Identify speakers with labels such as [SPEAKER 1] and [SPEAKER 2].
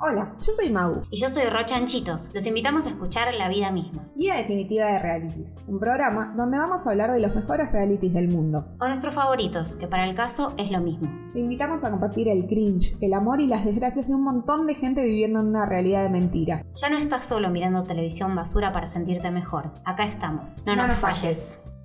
[SPEAKER 1] Hola, yo soy Mau,
[SPEAKER 2] Y yo soy Rochanchitos. Los invitamos a escuchar La Vida Misma.
[SPEAKER 1] guía definitiva de realities, un programa donde vamos a hablar de los mejores realities del mundo.
[SPEAKER 2] O nuestros favoritos, que para el caso es lo mismo.
[SPEAKER 1] Te invitamos a compartir el cringe, el amor y las desgracias de un montón de gente viviendo en una realidad de mentira.
[SPEAKER 2] Ya no estás solo mirando televisión basura para sentirte mejor. Acá estamos. No,
[SPEAKER 1] No
[SPEAKER 2] nos,
[SPEAKER 1] nos
[SPEAKER 2] falles.